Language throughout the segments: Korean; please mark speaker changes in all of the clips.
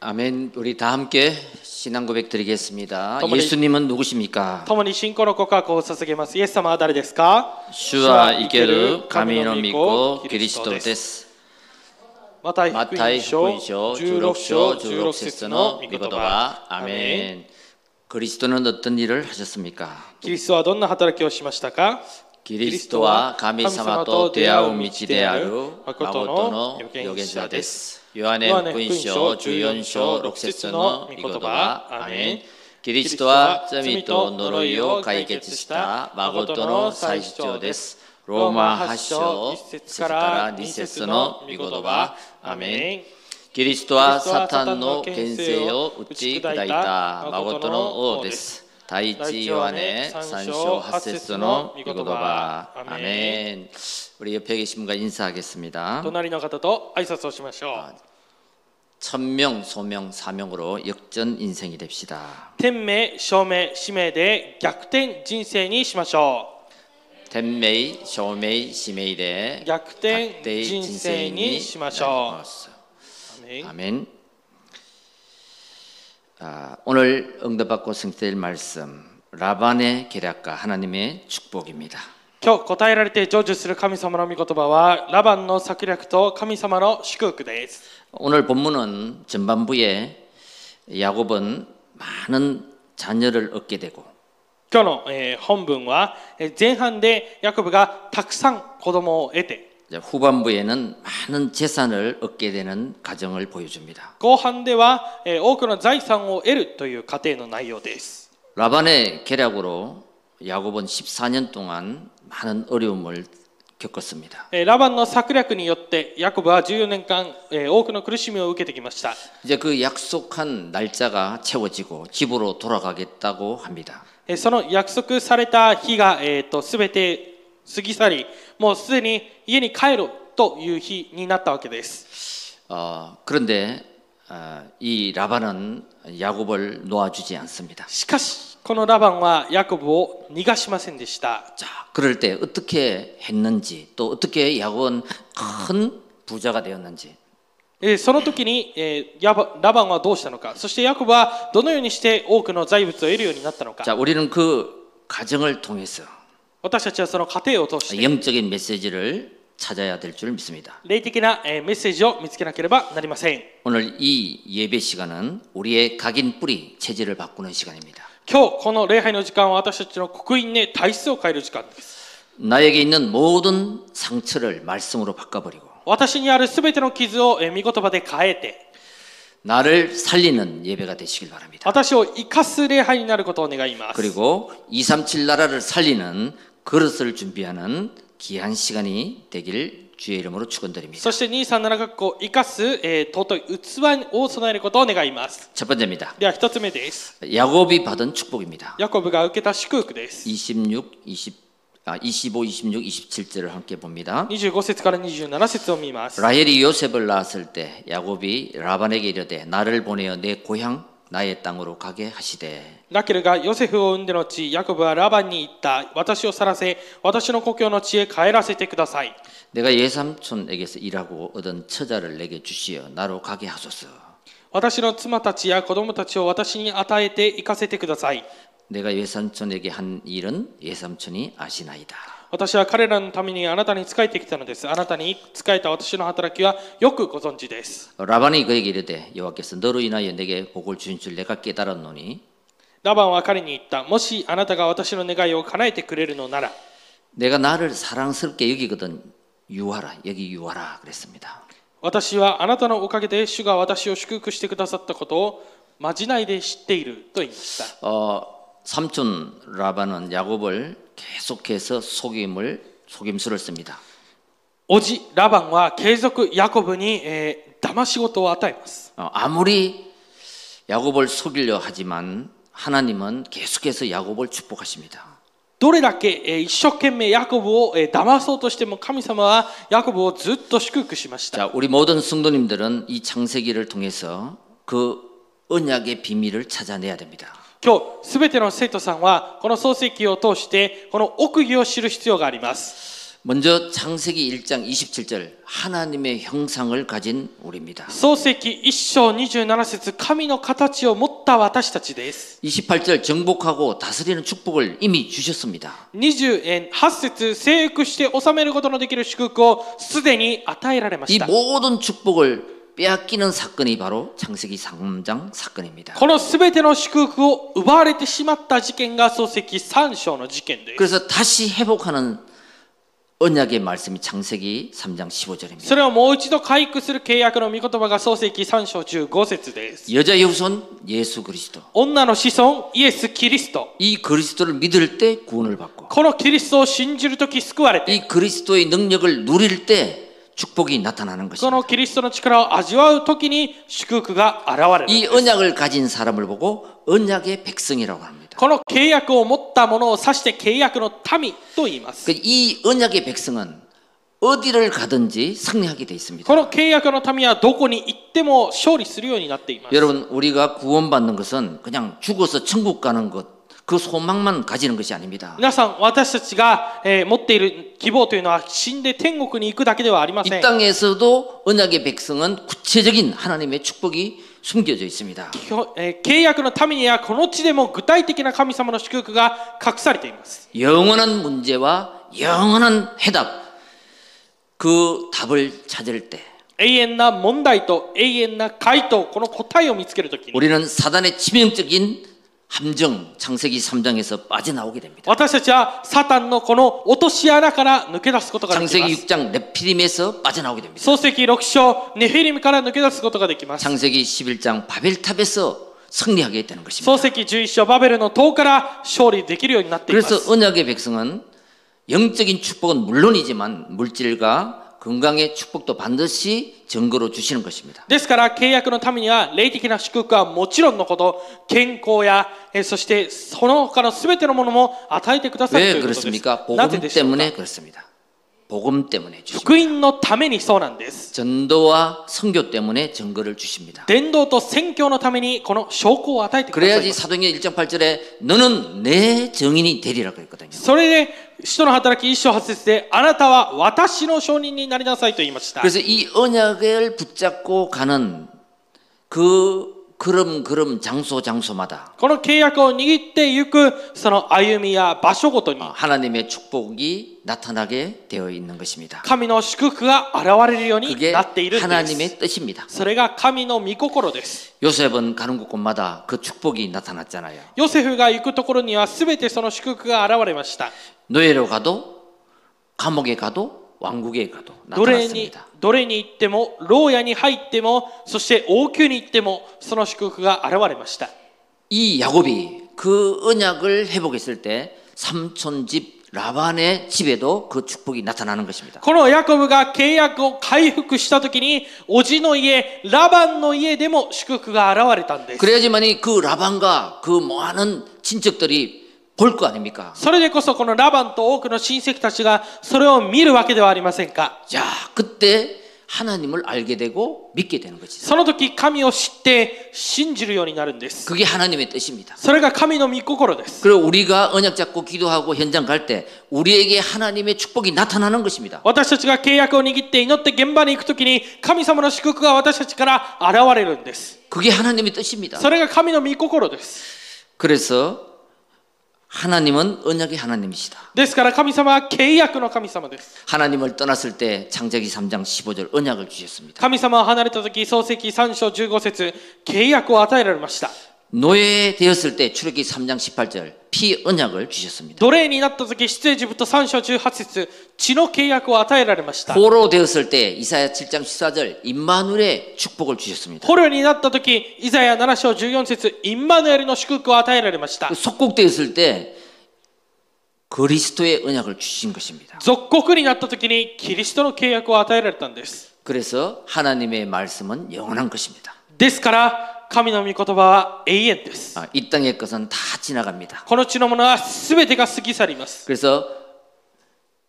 Speaker 1: 아멘. 우리 다 함께 신앙 고백 드리겠습니다.
Speaker 2: 어머니.
Speaker 1: 예수님은 누구십니까?
Speaker 2: 共に信仰の告白を捧げますイエス様は誰ですか
Speaker 1: 주와 이케르 가미노 믿고 그리스도 で
Speaker 2: です
Speaker 1: す。
Speaker 2: マタイ
Speaker 1: マタイ福
Speaker 2: 福
Speaker 1: 音
Speaker 2: 音
Speaker 1: 書
Speaker 2: 書
Speaker 1: 16章
Speaker 2: 16章
Speaker 1: 16
Speaker 2: 16
Speaker 1: 節
Speaker 2: 節
Speaker 1: の
Speaker 2: の
Speaker 1: 御
Speaker 2: 御
Speaker 1: 言
Speaker 2: 言
Speaker 1: 葉
Speaker 2: 葉。
Speaker 1: ア
Speaker 2: ア
Speaker 1: メ
Speaker 2: メ
Speaker 1: ン。그리스도는 어떤 일을 하셨습니까?
Speaker 2: キリストはどんな働きをしましたか
Speaker 1: キリストは神様と出会う道である誠の預言者です。ヨハネ福音書14章6節の御言葉。アメン。キリストは罪と呪いを解決した誠の最主長です。ローマ8章1節から2節の御言葉。アメン。キリストはサタンの権勢を打ち砕いた誠の王です。第一ヨハネ3章8節の御言葉。アメン。우리옆에계신분과인사하겠습니다
Speaker 2: 隣の方と挨拶をしましょう
Speaker 1: 천명, 소명, 사명으로 역전 인생이 됩시다.
Speaker 2: 天命証明使命で逆転人生にしましょ
Speaker 1: 텐메이, 쇼메이, 시메이데
Speaker 2: う逆転
Speaker 1: 각대의
Speaker 2: 人生
Speaker 1: 진생이
Speaker 2: にしましょ
Speaker 1: 나누었어요.
Speaker 2: うアメン
Speaker 1: 아멘. 아, 오늘 응답받고 성취될 말씀 라반의 계략과 하나님의 축복입니다.
Speaker 2: 今日答えられて成就する神様の御言葉はラバンの策略と神様の祝福です
Speaker 1: 오늘 본문은 전반부에 야곱은 많은 자녀를 얻게 되고
Speaker 2: 今日の、えー本文はえー前半でヤコブがたくさん子供を得て
Speaker 1: 이제 후반부에는 많은 재산을 얻게 되는 과정을 보여줍니다.
Speaker 2: 後半では、えー多くの財産を得るという過程の内容です
Speaker 1: 라반의 계략으로 야곱은 14년 동안 많은 어려움을 겪었습니다.
Speaker 2: えーラバンの策略によってヤコブは14年間、えー多くの苦しみを受けてきました
Speaker 1: 이제 그 약속한 날짜가 채워지고 집으로 돌아가겠다고 합니다.
Speaker 2: えーその約束された日が、えー、と全て過ぎ去りもうすでに家に帰ろうという日になったわけです
Speaker 1: 어, 그런데 어, 이 라반은 야곱을 놓아주지 않습니다.
Speaker 2: しかしこのラバンはヤコブを逃がしませんでした
Speaker 1: 자, 그럴 때 어떻게 했는지 또 어떻게 야곱은 큰 부자가 되었는지
Speaker 2: えーその時に、えーヤバラバンはどうしたのかそしてヤコブはどのようにして多くの財物を得るようになったのか
Speaker 1: 자, 우리는 그 과정을 통해서
Speaker 2: 私たちはその過程を通して
Speaker 1: 영적인 메시지를 찾아야 될 줄 믿습니다.
Speaker 2: 霊的な、えーメッセージを見つけなければなりません
Speaker 1: 오늘 이 예배 시간은 우리의 각인 뿌리 체질을 바꾸는 시간입니다.
Speaker 2: 今日この礼拝の時間は私たちの刻印で体質を変える時間です
Speaker 1: 나에게 있는 모든 상처를 말씀으로 바꿔버리고
Speaker 2: 私にある全ての傷を、えー、御言葉で変えて
Speaker 1: 나를 살리는 예배가 되시길 바랍니다.
Speaker 2: 私を生かす礼拝になることを願います。
Speaker 1: 그리고 237 나라를 살리는 그릇을 준비하는 귀한 시간이 되길 주의 이름으로 축원드립니다.
Speaker 2: そして237学校を生かす、えー尊い器を備えることを願います。
Speaker 1: 첫 번째입니다.
Speaker 2: では一つ目です。
Speaker 1: 야곱이 받은 축복입니다.
Speaker 2: ヤコブが受けた祝福です。
Speaker 1: 26, 20, 아, 25, 26, 27절을 함께 봅니다.
Speaker 2: 25節から27節を見ます。
Speaker 1: 라헬이 요셉을 낳았을 때 야곱이 라반에게 이르되 나를 보내어 내 고향 나의 땅으로 가게 하시되
Speaker 2: ラケルがヨセフを産んでの地、ヤコブはラバンに行った。私を去らせ、私の故郷の地へ帰らせてください。
Speaker 1: 내가 예삼촌에게서 일하고 얻은 처자를 내게 주시어 나로 가게 하소서.
Speaker 2: 私の妻たちや子供たちを私に与えて行かせてください。
Speaker 1: 내가 예삼촌에게 한 일은 예삼촌이 아시나이다.
Speaker 2: 私は彼らのためにあなたに仕えてきたのです。あなたに仕えた私の働きはよくご存知です。
Speaker 1: 라반이 그에게 이르되 여호와께서 너로 인하여 내게 복을 주신 줄 내가 깨달았노니
Speaker 2: ラバンは彼に言った。もしあなたが私の願いを叶えてくれるのなら、
Speaker 1: 내가 나를 사랑스럽게 여기거든 유하라 여기 유하라 그랬습니다.
Speaker 2: 私はあなたのおかげで主が私を祝福してくださったことをまじないで知っていると言いました。
Speaker 1: 어, 삼촌 라반은 야곱을 계속해서 속임을 속임수를 씁니다.
Speaker 2: おじラバンは継続ヤコブに、えー騙し事を与えます。
Speaker 1: 어, 아무리 야곱을 속이려 하지만 하나님은 계속해서 야곱을 축복하십니다.
Speaker 2: どれだけ、えー一生懸命ヤコブを、えー騙そうとしても神様はヤコブをずっと祝福しました。
Speaker 1: 자, 우리 모든 성도님들은 이 창세기를 통해서 그 언약의 비밀을 찾아내야 됩니다.
Speaker 2: 今日、すべての生徒さんはこの創世記を通してこの奥義を知る必要があります。
Speaker 1: 먼저 창세기 1장 27절 하나님의 형상을 가진 우리입니다.
Speaker 2: 創世記1章27節神の形を持った私たちです。
Speaker 1: 28절 정복하고 다스리는 축복을 이미 주셨습니다.
Speaker 2: 28節征服して治めることのできる祝福をすでに与えられま
Speaker 1: 이
Speaker 2: した。
Speaker 1: 모든 축복을 빼앗기는 사건이 바로 창세기 3장 사건입니다.
Speaker 2: この全ての祝福を奪われてしまった事件が漱石3章の事件です。
Speaker 1: 그래서 다시 회복하는 언약의 말씀이 창세기 3장 15절입니다.
Speaker 2: それをもう一度回復する契約の御言葉が漱石3章15節です。
Speaker 1: 여자 여우손 예수 그리스도.
Speaker 2: 女の子孫イエス・キリスト。
Speaker 1: 이 그리스도를 믿을 때 구원을 받고
Speaker 2: このキリストを信じるとき救われて、
Speaker 1: 이 그리스도의 능력을 누릴 때 축복이 나타나는
Speaker 2: そ
Speaker 1: 것입니다.
Speaker 2: のキリストの力を味わうときに祝福が現れる。
Speaker 1: 이 언약을 가진 사람을 보고 언약의 백성이라고 합니다.
Speaker 2: この契約を持ったものを指して契約の民と言います。
Speaker 1: 그이 언약의 백성은 어디를 가든지 승리하게 돼 있습니다.
Speaker 2: この契約の民はどこに行っても勝利するようになっています。
Speaker 1: 여러분 우리가 구원받는 것은 그냥 죽어서 천국 가는 것 그 소망만 가지는 것이 아닙니다.
Speaker 2: 皆さん、私たちが、えー持っている希望というのは死んで天国に行くだけではありま
Speaker 1: 이
Speaker 2: せん。
Speaker 1: 땅에서도 언약의 백성은 구체적인 하나님의 축복이 숨겨져 있습니다.
Speaker 2: きょえー契約の民にはこの地でも具体的な神様の祝福が隠されています。
Speaker 1: 영원한 문제와 영원한 해답 그 답을 찾을 때
Speaker 2: 永遠な問題と永遠な回答、この答えを見つけるときに、
Speaker 1: 우리는 사단의 치명적인 함정 창세기 3장에서 빠져나오게 됩니다.
Speaker 2: 私たちはサタンのこの落とし穴から抜け出すことができま
Speaker 1: 창세기
Speaker 2: す。
Speaker 1: 6장 네피림에서 빠져나오게 됩니다.
Speaker 2: 漱石6章、ネフィリムから抜け出すことができます。
Speaker 1: 창세기 11장 바벨탑에서 승리하게 되는 것입니다.
Speaker 2: 漱石11章バベルの塔から勝利できるようになっていま
Speaker 1: 그래서
Speaker 2: す。
Speaker 1: 언약의 백성은 영적인 축복은 물론이지만 물질과 건강의 축복도 반드시 증거로 주시는 것입니다.
Speaker 2: ですから契約の民には霊的な祝福はもちろんのこと、健康や、えーそしてその他の全てのものも与えてくださると
Speaker 1: 왜
Speaker 2: いうことです。
Speaker 1: 그렇습니까?
Speaker 2: な
Speaker 1: 복음
Speaker 2: ぜでしょうか
Speaker 1: 때문에 그렇습니다. 복음 때문에 주십니다.
Speaker 2: 福音のためにそうなん
Speaker 1: 그
Speaker 2: です。
Speaker 1: 전도와 선교 때문에 증거를 주십니다.
Speaker 2: 伝道と宣教のためにこの証拠を与えてください
Speaker 1: 그래야지
Speaker 2: ます。
Speaker 1: 사도행전 1장 8절에 너는 내 증인이 되리라 그랬거든요.
Speaker 2: それで、使徒の働き一章八節で、あなたは私の証人になりなさいと言いました。
Speaker 1: 그래서 이 언약을 붙잡고 가는 그 걸음 걸음 장소 장소마다
Speaker 2: この契約を握ってゆく、その歩みや場所ごとに、
Speaker 1: 하나님의 축복이 나타나게 되어 있는 것입니다.
Speaker 2: 神の祝福が現れるように
Speaker 1: 그게
Speaker 2: なっているんです。
Speaker 1: 하나님의 뜻입니다.
Speaker 2: それが神の御心です。
Speaker 1: 요셉은 가는 곳곳마다 그 축복이 나타났잖아요.
Speaker 2: ヨセフが行くところには全てその祝福が現れました。
Speaker 1: 노예로 가도 감옥에 가도 왕국에 가도
Speaker 2: 奴隷に
Speaker 1: 나타났습니다. 、
Speaker 2: 奴隷に行っても、牢屋に入っても、そして王宮に行っても、その祝福が現れました。
Speaker 1: 이 야곱이 그 언약을 회복했을 때 삼촌 집 라반의 집에도 그 축복이 나타나는 것입니다.
Speaker 2: このヤコブが契約を回復したときに、おじの家、ラバンの家でも祝福が現れたんです。
Speaker 1: 그래야지만이 그 라반과 그 많은 친척들이 볼 거 아닙니까?
Speaker 2: それでこそこのラバンと多くの親戚たちがそれを見るわけではありませんか。
Speaker 1: 야, 그때 하나님을 알게 되고 믿게 되는 것이죠.
Speaker 2: その時神を知って信じるようになるんです。
Speaker 1: 그게 하나님의 뜻입니다.
Speaker 2: それが神の御心です。
Speaker 1: 그리고 우리가 언약 잡고 기도하고 현장 갈 때 우리에게 하나님의 축복이 나타나는 것입니다.
Speaker 2: 私たちが契約を握って祈って現場に行く時に神様の祝福が私たちから現れるんです。
Speaker 1: 그게 하나님의 뜻입니다.
Speaker 2: それが神の御心です。
Speaker 1: 그래서 하나님은 언약의 하나님이시다.
Speaker 2: ですから神様は契約の神様です。
Speaker 1: 하나님을 떠났을 때 창세기 3장 15절 언약을 주셨습니다.
Speaker 2: 神様を離れた時漱石3章15節契約を与えられました
Speaker 1: 노예 되었을 때 출애기 3장 18절 피 언약을 주셨습니다.
Speaker 2: 奴隷になった時出エジプト3章18節血の契約を与えられました
Speaker 1: 포로 되었을 때 이사야 7장 14절 임마누엘의 축복을 주셨습니다.
Speaker 2: 捕虜になった時イザヤ7章14節インマヌエルの祝福を与えられました
Speaker 1: 그 속국 되었을 때 그리스도의 언약을 주신 것입니다.
Speaker 2: 属国になった時にキリストの契約を与えられたんです
Speaker 1: 그래서 하나님의 말씀은 영원한 것입니다.
Speaker 2: ですから神の御言葉は永遠です
Speaker 1: 아, 이 땅의 것은 다 지나갑니다.
Speaker 2: この地のものは全てが過ぎ去ります
Speaker 1: 그래서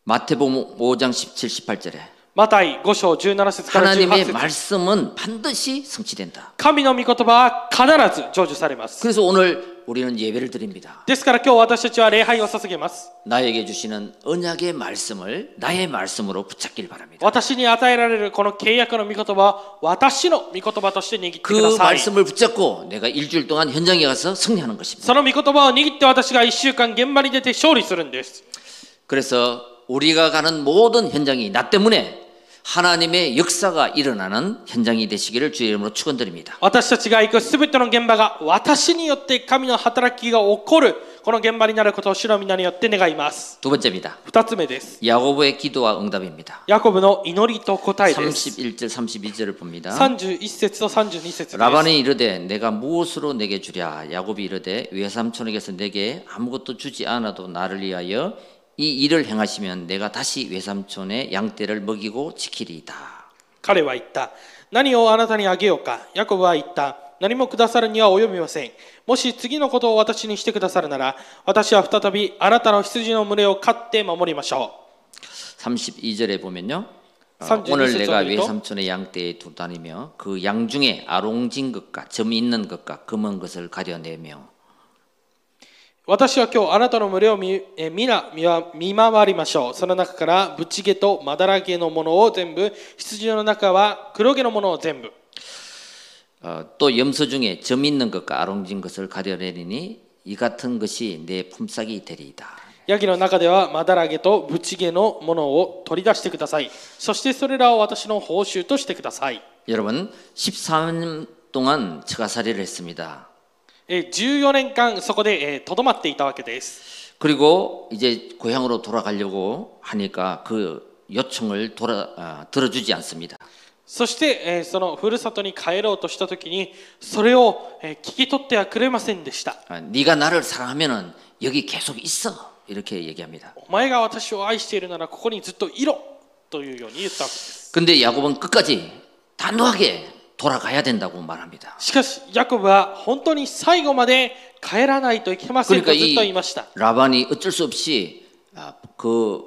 Speaker 1: 마태복음 5장 17, 18절에
Speaker 2: マタイ5章17節から18
Speaker 1: 하나님의
Speaker 2: 節
Speaker 1: 말씀은 반드시 성취된다.
Speaker 2: 神の御言葉は必ず成就されます
Speaker 1: 그래서 오늘 우리는 예배를 드립니다.
Speaker 2: ですから今日私たちは礼拝を捧げます。
Speaker 1: 나에게 주시는 언약의 말씀을 나의 말씀으로 붙잡길 바랍니다.
Speaker 2: 私に与えられるこの契約の御言葉は私の御言葉として握ってくだ
Speaker 1: 그
Speaker 2: さい。
Speaker 1: 말씀을 붙잡고 내가 일주일 동안 현장에 가서 승리하는 것입니다.
Speaker 2: その御言葉を握って私が1週間現場に出て勝利するんです。
Speaker 1: 그래서 우리가 가는 모든 현장이 나 때문에 하나님의 역사가 일어나는 현장이 되시기를 주의 이름으로 축원드립니다.
Speaker 2: 私たちが行くすべての現場が私によって神の働きが起こるこの現場になることを主の皆によって願います。
Speaker 1: 두 번째입니다.
Speaker 2: 2つ目です。
Speaker 1: 야고보의 기도와 응답입니다.
Speaker 2: ヤコブの祈りと答えです。
Speaker 1: 31절 32절을 봅니다.
Speaker 2: 31節と32節です。
Speaker 1: 라반이 이르되 내가 무엇으로 내게 주랴 야곱이 이르되 외삼촌에게서 내게 아무것도 주지 않아도 나를 위하여 이 일을 행하시면 내가 다시 외삼촌의 양떼를 먹이고 지키리이다.
Speaker 2: 彼は言った。何をあなたにあげようか。ヤコブは言った。何もくださるには及びません。もし次のことを私にしてくださるなら、私は再びあなたの羊の群れを飼って守りましょ
Speaker 1: 32절에 보면요. 어,
Speaker 2: 32
Speaker 1: 오늘 내가
Speaker 2: 절부터?
Speaker 1: 외삼촌의 양떼에 두다니며 그 양 중에 아롱진 것과 점 있는 것과 검은 것을 가려내며
Speaker 2: う。私は今日あなたの群れをみえ皆見わ見回りましょう。その中からぶち毛とまだら毛のものを全部、羊の中は黒毛のものを全部。
Speaker 1: 어, 또 염소 중에 점 있는 것과 아롱진 것을 가려내리니 이 같은 것이 내 품삯이 되리이다.
Speaker 2: ヤギの中ではまだら毛とぶち毛のものを取り出してください。そしてそれらを私の報酬としてください。
Speaker 1: 여러분 13년 동안 처가살이를 했습니다.
Speaker 2: えー14年間そこでえーとどまっていたわけです。
Speaker 1: 그리고 이제 고향으로 돌아가려고 하니까 그 요청을 돌아, 아, 들어주지 않습니다.
Speaker 2: そして、えーそのふるさとに帰ろうとした時にそれをえー聞き取ってはくれませんでした。
Speaker 1: 아, 네가 나를 사랑하면은 여기 계속 있어 이렇게 얘기합니다.
Speaker 2: お前が私を愛しているならここにずっといろというように言ったわけです。
Speaker 1: 근데 야곱은 끝까지 단호하게 돌아가야 된다고 말합니다.
Speaker 2: しかし、ヤコブは本当に最後まで帰らないといけませんと
Speaker 1: 그러니까
Speaker 2: ずっ
Speaker 1: 이
Speaker 2: と言いました。
Speaker 1: 라반이 어쩔 수 없이 아, 그,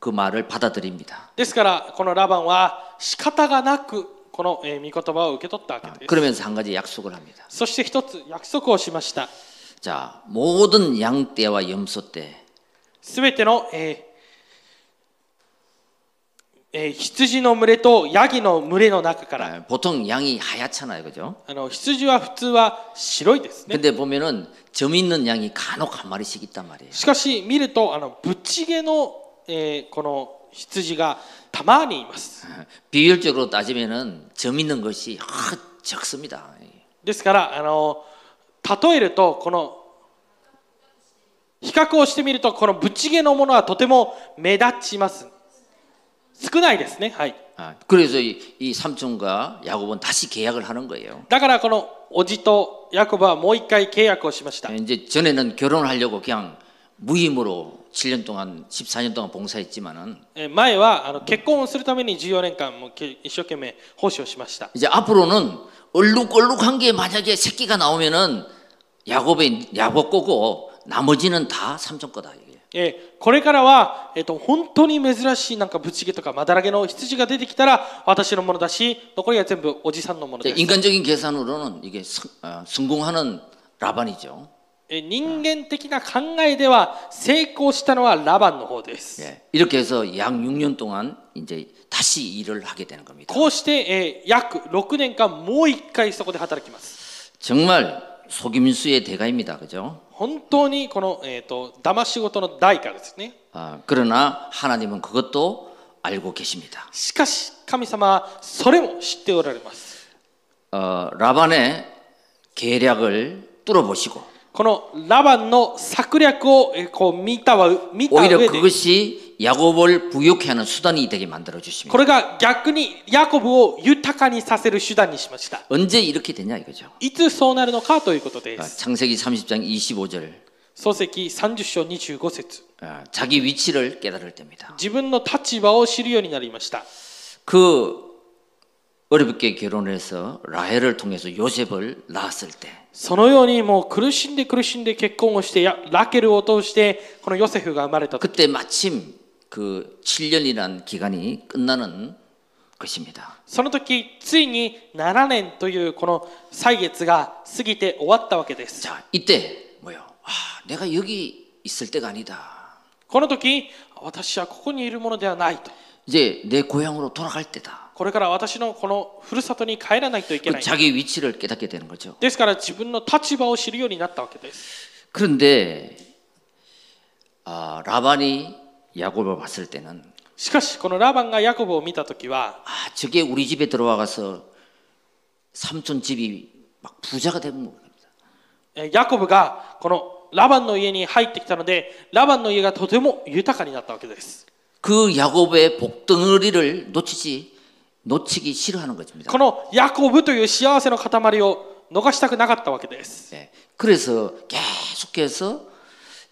Speaker 1: 그 말을 받아들입니다.
Speaker 2: ですから、このラバンは仕方がなくこのえー御言葉を受け取ったわけ
Speaker 1: 아,
Speaker 2: です。
Speaker 1: 그러면서 한 가지 약속을 합니다.
Speaker 2: そして一つ約束をしました。
Speaker 1: 자, 모든 양떼와 염소떼
Speaker 2: すべての、えーえー羊の群れとヤギの群れの中から、
Speaker 1: 아, 보통 양이 하얗잖아요, 그죠?
Speaker 2: あの羊は普通は白いですね。
Speaker 1: 근데 보면은 점 있는 양이 간혹 한 마리씩 있단 말이에요.
Speaker 2: しかし見るとあのぶっちげの、えーこの羊がたまにいます。
Speaker 1: 비율적으로 따지면은 점 있는 것이 아, 적습니다.
Speaker 2: ですからあの例えるとこの比較をしてみるとこのぶっちげのものはとても目立ちます。少ないですね。はい。
Speaker 1: 아, 그래서 이, 이 삼촌과 야곱은 다시 계약을 하는 거예요.
Speaker 2: だからこのおじとヤコブはもう一回契約をしました。
Speaker 1: 예, 이제 전에는 결혼을 하려고 그냥 무임으로 7년 동안 14년 동안 봉사했지만은
Speaker 2: えー前はあの結婚をするために14年間もうけ一生懸命奉仕をしました
Speaker 1: 이제 앞으로는 얼룩얼룩한 게 만약에 새끼가 나오면은 야곱의 야곱 거고 나머지는 다 삼촌 거다 이게.
Speaker 2: えーこれからは、えー、と本当に珍しいなんかブチゲとかまだらげの羊が出てきたら私のものだし残りは全部おじさんのもの
Speaker 1: 이제
Speaker 2: です、
Speaker 1: 인간적인 계산으로는 이게 성, 어, 성공하는 라반이죠.
Speaker 2: えー人間的な考えでは成功したのはラバンの方です、
Speaker 1: 예. 이렇게 해서 약 6년 동안 이제 다시 일을 하게 되는 겁니다.
Speaker 2: こうして、えー約6年間もう一回そこで働きます
Speaker 1: 정말 속임수의 대가입니다. 그죠?
Speaker 2: 本当にこの、えー、と騙し事の代価ですね
Speaker 1: 아, 그러나 하나님은 그것도 알고 계십니다.
Speaker 2: しかし神様はそれも知っておられます
Speaker 1: 어, 라반의 계략을 뚫어보시고
Speaker 2: このラバンの策略をえーこう見たわ見た
Speaker 1: 오히려
Speaker 2: 上で
Speaker 1: 그것이 야곱을 부유케 하는 수단이 되게 만들어 주십니다.
Speaker 2: これが逆にヤコブを豊かにさせる手段にしました
Speaker 1: 언제 이렇게 되냐 이거죠.
Speaker 2: いつそうなるのかということ
Speaker 1: 아,
Speaker 2: です
Speaker 1: 창세기 30장 25절 아,
Speaker 2: 漱石30章25節
Speaker 1: 자기 위치를 깨달을 때입니다.
Speaker 2: 自分の立場を知るようになりました
Speaker 1: 그 어렵게 결혼해서 라헬을 통해서 요셉을 낳았을 때
Speaker 2: そのようにもう苦しんで苦しんで結婚をしてやラケルを通してこのヨセフが生まれたと
Speaker 1: 그때 마침 그 7년이란 기간이 끝나는 것입니다.
Speaker 2: その時ついに7年というこの歳月が過ぎて終わったわけです
Speaker 1: 자, 이때 뭐요? 아, 내가 여기 있을 때가 아니다.
Speaker 2: この時私はここにいるものではないと
Speaker 1: 이제 내 고향으로 돌아갈 때다.
Speaker 2: これから私のこのふるさとに帰らないといけ
Speaker 1: 그
Speaker 2: ない
Speaker 1: 자기 위치를 깨닫게 되는 거죠.
Speaker 2: ですから自分の立場を知るようになったわけです
Speaker 1: 그런데 아, 라반이 야곱을 봤을 때는
Speaker 2: しかしこのラバンがヤコブを見た時は
Speaker 1: 아, 저게 우리 집에 들어와가서 삼촌 집이 막 부자가 되면 모르겠다.
Speaker 2: えヤコブがこのラバンの家に入ってきたのでラバンの家がとても豊かになったわけです
Speaker 1: 그 야곱의 복덩어리를 놓치지 놓치기 싫어하는 것입니다.
Speaker 2: このヤコブという幸せの塊を逃したくなかったわけです
Speaker 1: 네. 그래서 계속해서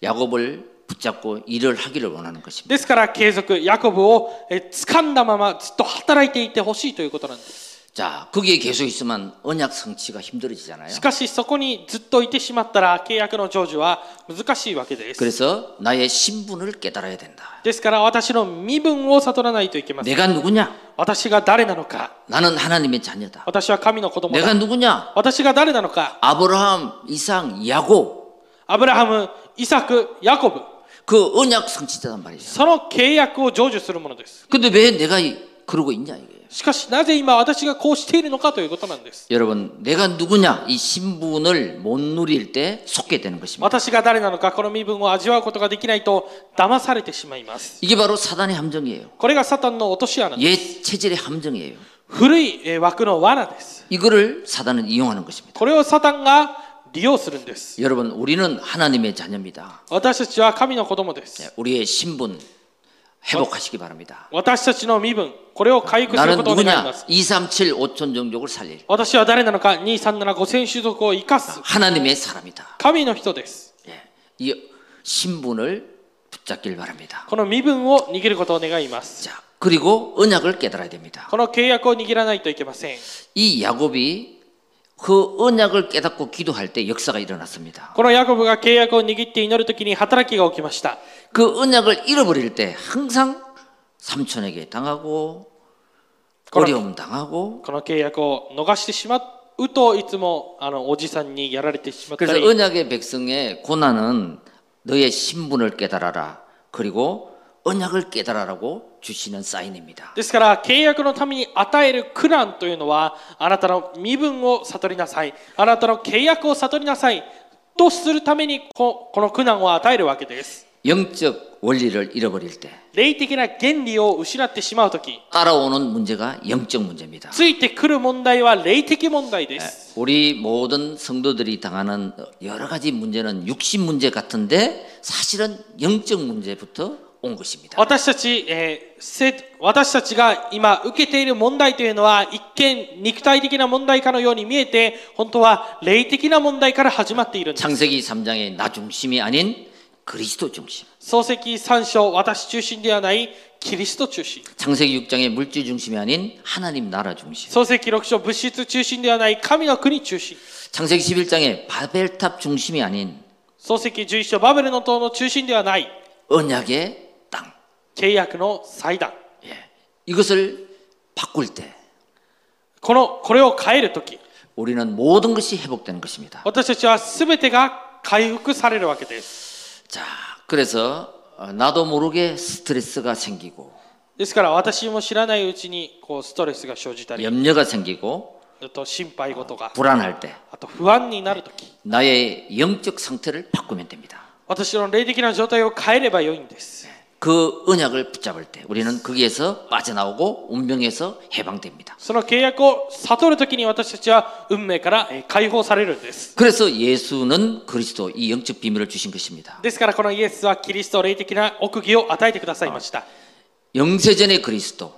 Speaker 1: 야곱을 붙잡고 일을 하기를 원하는 것입니다.
Speaker 2: ですから継続ヤコブをえ掴んだままずっと働いていてほしいということなんです
Speaker 1: 자, 거기에 계속 있으면 언약 성취가 힘들어지잖아요.
Speaker 2: しかしそこにずっといてしまったら契約の成就は難しいわけです
Speaker 1: 그래서 나의 신분을 깨달아야 된다.
Speaker 2: ですから私の身分を悟らないといけません
Speaker 1: 내가 누구냐?
Speaker 2: 私が誰なのか
Speaker 1: 나는 하나님의 자녀다.
Speaker 2: 私は神の子供だ
Speaker 1: 내가 누구냐?
Speaker 2: 私が誰なのか
Speaker 1: 아브라함, 이상, 야곱.
Speaker 2: アブラハムイサクヤコブ
Speaker 1: 그 언약 성취자단 말이죠.
Speaker 2: その契約を成就するものです
Speaker 1: 근데 왜 내가 이- 그러고 있냐 이게.
Speaker 2: しかしなぜ今私がこうしているのかということなんです
Speaker 1: 여러분, 내가 누구냐? 이 신분을 못 누릴 때 속게 되는 것입니다.
Speaker 2: 私が誰なのかこの身分を味わうことができないと騙されてしまいます
Speaker 1: 이게 바로 사단의 함정이에요.
Speaker 2: これがサタンの落とし穴です
Speaker 1: 옛 체질의 함정이에요.
Speaker 2: 古いえー枠の罠です
Speaker 1: 이거를 사단은 이용하는 것입니다.
Speaker 2: これをサタンが利用するんです
Speaker 1: 여러분, 우리는 하나님의 자녀입니다. 네,
Speaker 2: 私たちは神の子供です
Speaker 1: 우리의 신분 회복하시기 바랍니다.
Speaker 2: 私たちの身分これを回復する
Speaker 1: 나는
Speaker 2: ことを願いま
Speaker 1: 누구냐?
Speaker 2: す
Speaker 1: 237 5천 종족을 살릴
Speaker 2: 私は誰なのか237 5000種族を生かす
Speaker 1: 하나님의 사람이다.
Speaker 2: 神の人です
Speaker 1: 예. 이 신분을 붙잡길 바랍니다.
Speaker 2: この身分を握ることを願います
Speaker 1: 자, 그리고 언약을 깨달아야 됩니다.
Speaker 2: この契約を握らないといけません
Speaker 1: 이 야곱이 그 언약을 깨닫고 기도할 때 역사가 일어났습니다.
Speaker 2: このヤコブが契約を握って祈る時に働きが起きました
Speaker 1: 그 언약을 잃어버릴 때 항상 삼촌에게 당하고
Speaker 2: 그럼-
Speaker 1: 어려움 당하고
Speaker 2: この契約を逃してしまうといつもあのおじさんにやられてしまった
Speaker 1: 그래서
Speaker 2: り
Speaker 1: 언약의 백성의 고난은 너의 신분을 깨달아라. 그리고 언약을 깨달아라고 주시는 사인입니다.
Speaker 2: ですから契約のために与える苦難というのはあなたの身分を悟りなさいあなたの契約を悟りなさいとするためにここの苦難を与えるわけです
Speaker 1: 영적 원리를 잃어버릴 때
Speaker 2: 霊的な原理を失ってしまう時
Speaker 1: 따라오는 문제가 영적 문제입니다.
Speaker 2: ついてくる問題は霊的問題です
Speaker 1: 우리 모든 성도들이 당하는 여러 가지 문제는 육신 문제 같은데 사실은 영적 문제부터 온 것입니다.
Speaker 2: 私たち、えーせ私たちが今受けている問題というのは一見肉体的な問題かのように見えて本当は霊的な問題から始まっているんです
Speaker 1: 창세기 3장의 나 중심이 아닌 그리스도 중심.
Speaker 2: 創世記3章私中心ではないキリスト中心
Speaker 1: 창세기 6장의 물질 중심이 아닌 하나님 나라 중심.
Speaker 2: 創世記6章物質中心ではない神の国中心
Speaker 1: 창세기 11장의 바벨탑 중심이 아닌
Speaker 2: 創世記11章バベルの塔の中心ではない
Speaker 1: 언약의 땅.
Speaker 2: 契約の祭壇
Speaker 1: 예. 이것을 바꿀 때
Speaker 2: このこれを変える時
Speaker 1: 우리는 모든 것이 회복되는 것입니다.
Speaker 2: 私たちは全てが回復されるわけです
Speaker 1: 자, 그래서 어, 나도 모르게 스트레스가 생기고
Speaker 2: ですから私も知らないうちにこうストレスが生じたり
Speaker 1: 염려가 생기고
Speaker 2: あと心配事が
Speaker 1: 불안할 때
Speaker 2: あと不安になるとき
Speaker 1: 나의 영적 상태를 바꾸면 됩니다.
Speaker 2: 私の霊的な状態を変えればよいんです
Speaker 1: 그 언약을 붙잡을 때 우리는 거기에서 빠져나오고 운명에서 해방됩니다.
Speaker 2: その契約を悟るときに私たちは運命からえー解放されるんです
Speaker 1: 그래서 예수는 그리스도 이 영적 비밀을 주신 것입니다.
Speaker 2: ですからこのイエスはキリスト霊的な奥義を与えてくださいました
Speaker 1: 영세전의 그리스도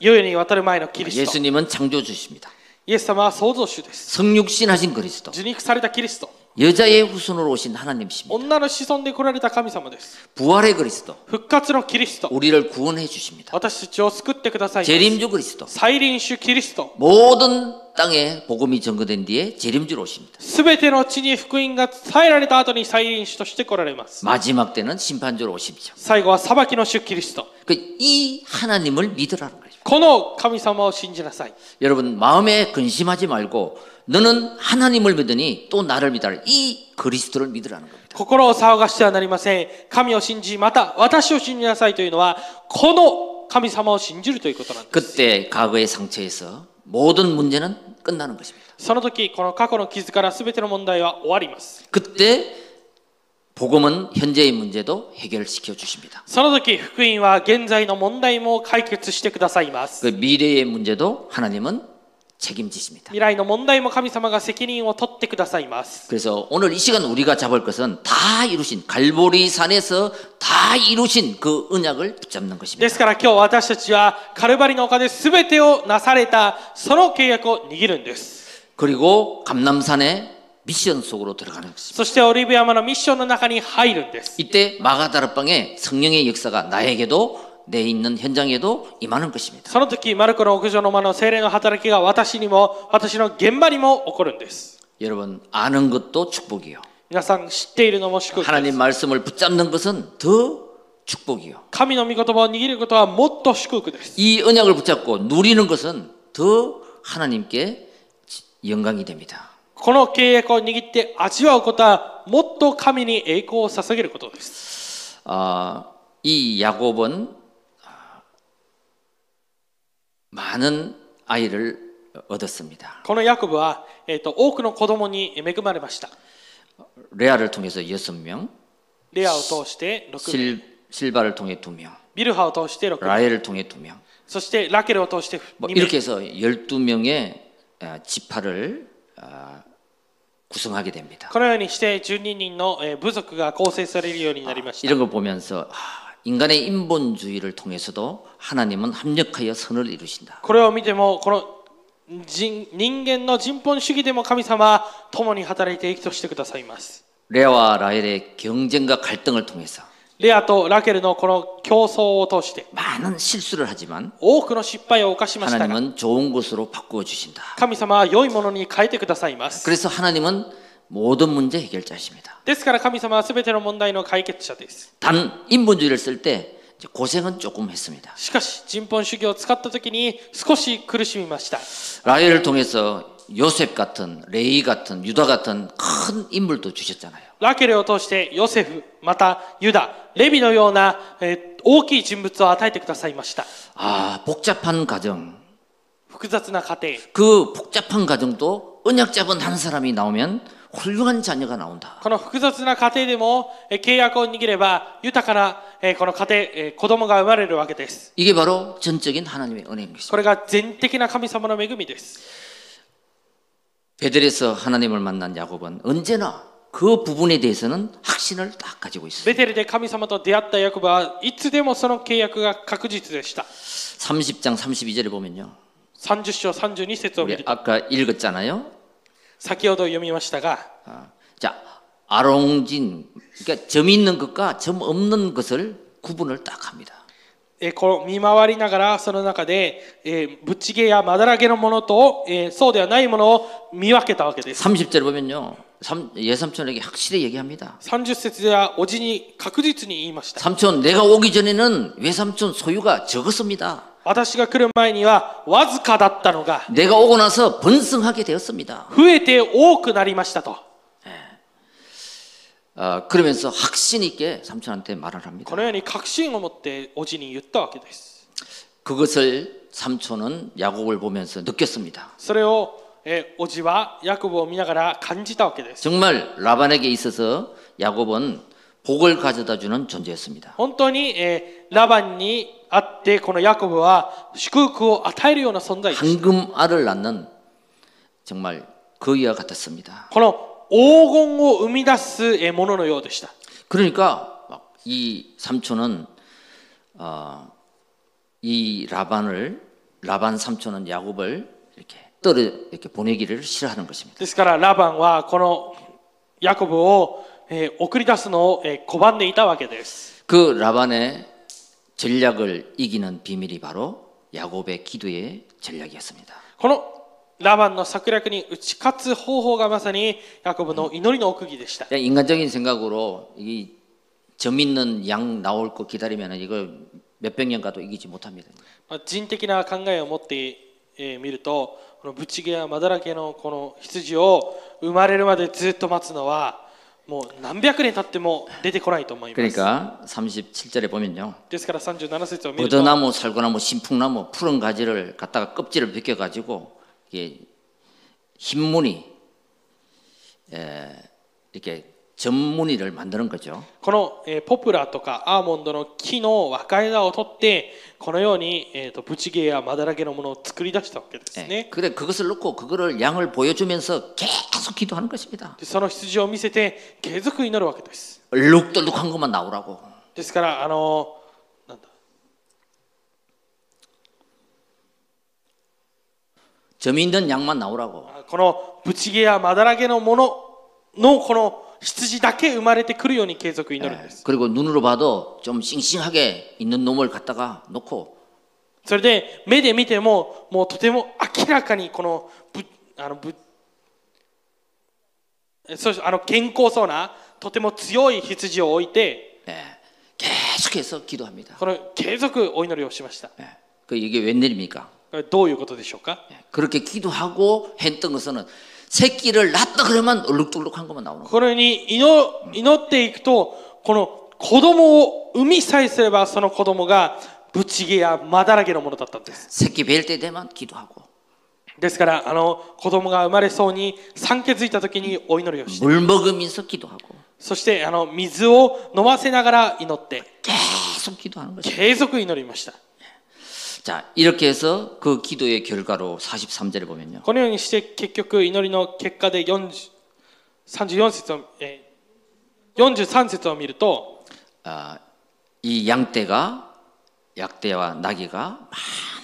Speaker 2: 世々にわたる前のキリスト
Speaker 1: 예수님은 창조주십니다.
Speaker 2: イエス様は創造主です
Speaker 1: 성육신하신 그리스도
Speaker 2: 受肉されたキリスト
Speaker 1: 여자의 후손으로 오신 하나님이십니다.
Speaker 2: 女の子孫で来られた神様です
Speaker 1: 부활의 그리스도
Speaker 2: 復活のキリスト
Speaker 1: 우리를 구원해 주십니다.
Speaker 2: 私たちを救ってくださいます
Speaker 1: 재림주 그리스도
Speaker 2: 再臨主キリスト
Speaker 1: 모든 땅에 복음이 전거된 뒤에 재림주로 오십니다.
Speaker 2: すべての地に福音が伝えられた後に再臨主として来られます
Speaker 1: 마지막 때는 심판주로 오십니다.
Speaker 2: 最後は裁きの主キリスト
Speaker 1: 그 이 하나님을 믿으라는 거죠.
Speaker 2: この神様を信じなさい
Speaker 1: 여러분 마음에 근심하지 말고 너는 하나님을 믿으니 또 나를 믿어라. 이 그리스도를 믿으라는 겁니다.
Speaker 2: 心を騒がしてはなりません神を信じまた私を信じなさいというのはこの神様を信じるということなんです
Speaker 1: 그때 과거의 상처에서 모든 문제는 끝나는 것입니다.
Speaker 2: その時この過去の傷から全ての問題は終わります
Speaker 1: 그때 복음은 현재의 문제도 해결시켜 주십니다.
Speaker 2: その時福音は現在の問題も解決してくださいます
Speaker 1: 그 미래의 문제도 하나님은 책임지십니다.
Speaker 2: 未来の問題も神様が責任を取ってくださいます
Speaker 1: 그래서 오늘 이 시간 우리가 잡을 것은 다 이루신 갈보리 산에서 다 이루신 그 언약을 붙잡는
Speaker 2: で
Speaker 1: 것입니다.
Speaker 2: すから今日私たちはカルバリの丘で全てをなされたその契約を握るんです
Speaker 1: 그리고 감남산의 미션 속으로 들어가는 것입니다.
Speaker 2: そしてオリビアマのミッションの中に入るんです
Speaker 1: 이때 마가다르방의 성령의 역사가 나에게도 내 있는 현장에도 임하는 것입니다.
Speaker 2: その時マルコの屋上の間の精霊の働きが私にも私の現場にも起こるんです
Speaker 1: 여러분 아는 것도 축복이요.
Speaker 2: 皆さん知っているのも祝福です
Speaker 1: 하나님 말씀을 붙잡는 것은 더 축복이요.
Speaker 2: 神の御言葉を握ることはもっと祝福です
Speaker 1: 이 언약을 붙잡고 누리는 것은 더 하나님께 지- 영광이 됩니다.
Speaker 2: この契約を握って味わうことはもっと神に栄光を捧げることです
Speaker 1: 아, 이 야곱은 아, 많은 아이를 얻었습니다.
Speaker 2: このヤコブは、えーと多くの子供に恵まれました
Speaker 1: 레아를 통해서 6명,
Speaker 2: レアを通して6名
Speaker 1: 실, 실바를 통해 2명,
Speaker 2: ビルハを通して6名
Speaker 1: 라헬을 통해 2명,
Speaker 2: そしてラケルを通して
Speaker 1: 뭐
Speaker 2: 2名
Speaker 1: 이렇게 해서 12명의 아, 지파를 아, 구성하게 됩니다.
Speaker 2: このようにして12人のえー部族が構成されるようになりました
Speaker 1: 이런 걸 보면서 아, 인간의 인본주의를 통해서도 하나님은 합력하여 선을 이루신다.
Speaker 2: これを見てもこの人人間の人本主義でも神様は共に働いて生きとしてくださいます
Speaker 1: 레아와 라헬의 경쟁과 갈등을 통해서
Speaker 2: レアとラケルのこの競争を通して
Speaker 1: 많은 실수를 하지만
Speaker 2: 多くの失敗を犯しましたが
Speaker 1: 하나님은 좋은 것으로 바꾸어 주신다.
Speaker 2: 神様は良いものに変えてくださいます
Speaker 1: 그래서 하나님은 모든 문제 해결자이십니다.
Speaker 2: ですから神様は全ての問題の解決者です
Speaker 1: 단 인본주의를 쓸 때 고생은 조금 했습니다.
Speaker 2: しかし人本主義を使った時に少し苦しみました
Speaker 1: 라헬을 통해서 요셉 같은 레이 같은 유다 같은 큰 인물도 주셨잖아요.
Speaker 2: ラケルを通してヨセフまたユダレビのような、えー大きい人物を与えてくださいました
Speaker 1: 아 복잡한 가정
Speaker 2: 複雑な家庭
Speaker 1: 그 복잡한 가정도 언약 잡은 한 사람이 나오면 훌륭한 자녀가 나온다.
Speaker 2: この複雑な家庭でもえー契約を握れば豊かなえーこの家庭えー子供が生まれるわけです
Speaker 1: 이게 바로 전적인 하나님의 은혜인 것입니다.
Speaker 2: これが全的な神様の恵みです
Speaker 1: 베델에서 하나님을 만난 야곱은 언제나 그 부분에 대해서는 확신을 딱 가지고 있어요.
Speaker 2: ベテルで神様と出会ったヤコブはいつでもその契約が確実でした
Speaker 1: 30장 32절에 보면요.
Speaker 2: 30章32節を見
Speaker 1: 우리
Speaker 2: ると
Speaker 1: 아까 읽었잖아요.
Speaker 2: 先ほど読みましたが
Speaker 1: 아, 자, 아롱진 그러니까 점 있는 것과 점 없는 것을 구분을 딱 합니다.
Speaker 2: えーこう見回りながらその中で、えーぶっちげやまだらげのものと、えーそうではないものを見分けたわけです。
Speaker 1: 30절에 보면요. 삼- 예삼촌에게 확실히 얘기합니다.
Speaker 2: 30節ではおじに確実に言いました。
Speaker 1: 삼촌 내가 오기 전에는 외삼촌 소유가 적었습니다.
Speaker 2: 私が来る前にはわずかだったのが
Speaker 1: 내가 오고 나서 번성하게 되었습니다.
Speaker 2: 増えて多くなりましたと。
Speaker 1: 아, 그러면서 확신 있게 삼촌한테 말을
Speaker 2: こ
Speaker 1: 합니다.
Speaker 2: のように確信を持っておじに言ったわけです。
Speaker 1: 그것을 삼촌은 야곱을 보면서 느꼈습니다.
Speaker 2: それを、えーおじはヤコブを見ながら感じたわけです。
Speaker 1: 정말 라반에게 있어서 야곱은 복을 가져다 주는 존재였습니다.
Speaker 2: 本当に、えーラバンにあってこのヤコブは祝福を与えるような存在です。
Speaker 1: 황금알을 낳는 정말 그 이와 같았습니다.
Speaker 2: この黄金を生み出すえーもののようでした。
Speaker 1: 그러니까 막이 삼촌은 어, 이 라반을 라반 삼촌은 야곱을 이렇게 떨어 이렇게 보내기를 싫어하는 것입니다.
Speaker 2: ですからラバンはこのヤコブを、えー送り出すのを、えー拒んでいたわけです。
Speaker 1: 그 라반의 전략을 이기는 비밀이 바로 야곱의 기도의 전략이었습니다.
Speaker 2: このラバンの策略に打ち勝つ方法がまさにヤコブの祈りの奥義でした。
Speaker 1: 그냥 인간적인 생각으로 이 점 있는 양 나올 거 기다리면 이거 몇백 년가도 이기지 못합니다.
Speaker 2: まあ人的な考えを持って、えー見るとこのブチゲやマダラゲのこの羊を生まれるまでずっと待つのはもう何百年経っても出てこないと思います
Speaker 1: 그러니까 37절에 보면요.
Speaker 2: ですから37節を見ると
Speaker 1: 버드나무, 살구나무, 신풍나무, 푸른 가지를 갖다가 껍질을 벗겨 가지고 이게 흰무늬 에, 이렇게 전무늬를 만드는 거죠.
Speaker 2: この、えーポプラとかアーモンドの木の若枝を取ってこのように、えー、とブチゲやマダラゲのものを作り出したわけです
Speaker 1: 예.
Speaker 2: ね
Speaker 1: 그래 그것을 넣고 그거를 양을 보여주면서 계속 기도하는 것입니다.
Speaker 2: でその羊を見せて継続祈るわけです
Speaker 1: 얼룩덜룩한 것만 나오라고.
Speaker 2: ですからあのなんだ
Speaker 1: 점이 있는 양만 나오라고.
Speaker 2: このブチゲやマダラゲのもののこの羊だけ生まれてくるように継続祈るん
Speaker 1: 예.
Speaker 2: です
Speaker 1: 그리고 눈으로 봐도 좀 싱싱하게 있는 놈을 갖다가 놓고
Speaker 2: それで目で見てももうとても明らかにこのぶあのぶえそうしあの健康そうなとても強い羊を置いて
Speaker 1: 예. 계속해서 기도합니다.
Speaker 2: この継続お祈りをしました
Speaker 1: 예. 그 이게 웬일입니까?
Speaker 2: これどういうことでしょうか
Speaker 1: 예. 그렇게 기도하고 했던 것은 새끼를 낳다 그러면 얼룩덜룩한 것만 나오는 거예요.
Speaker 2: これに祈祈っていくとこの子供を産みさえすればその子供がぶちげやまだらけのものだったんです
Speaker 1: 새끼 뵐 때 되면 기도하고
Speaker 2: ですからあの子供が生まれそうに産気づいた時にお祈りをして
Speaker 1: 물 먹으면서 기도하고
Speaker 2: そしてあの水を飲ませながら祈って
Speaker 1: 계속 기도하는 거죠.
Speaker 2: 継続祈りました。
Speaker 1: 자, 이렇게 해서 그 기도의 결과로 43절에 보면요.
Speaker 2: このようにして結局祈りの結果で40 34節を、えー43節を見ると
Speaker 1: 아, 이 양떼가 약떼와 나귀가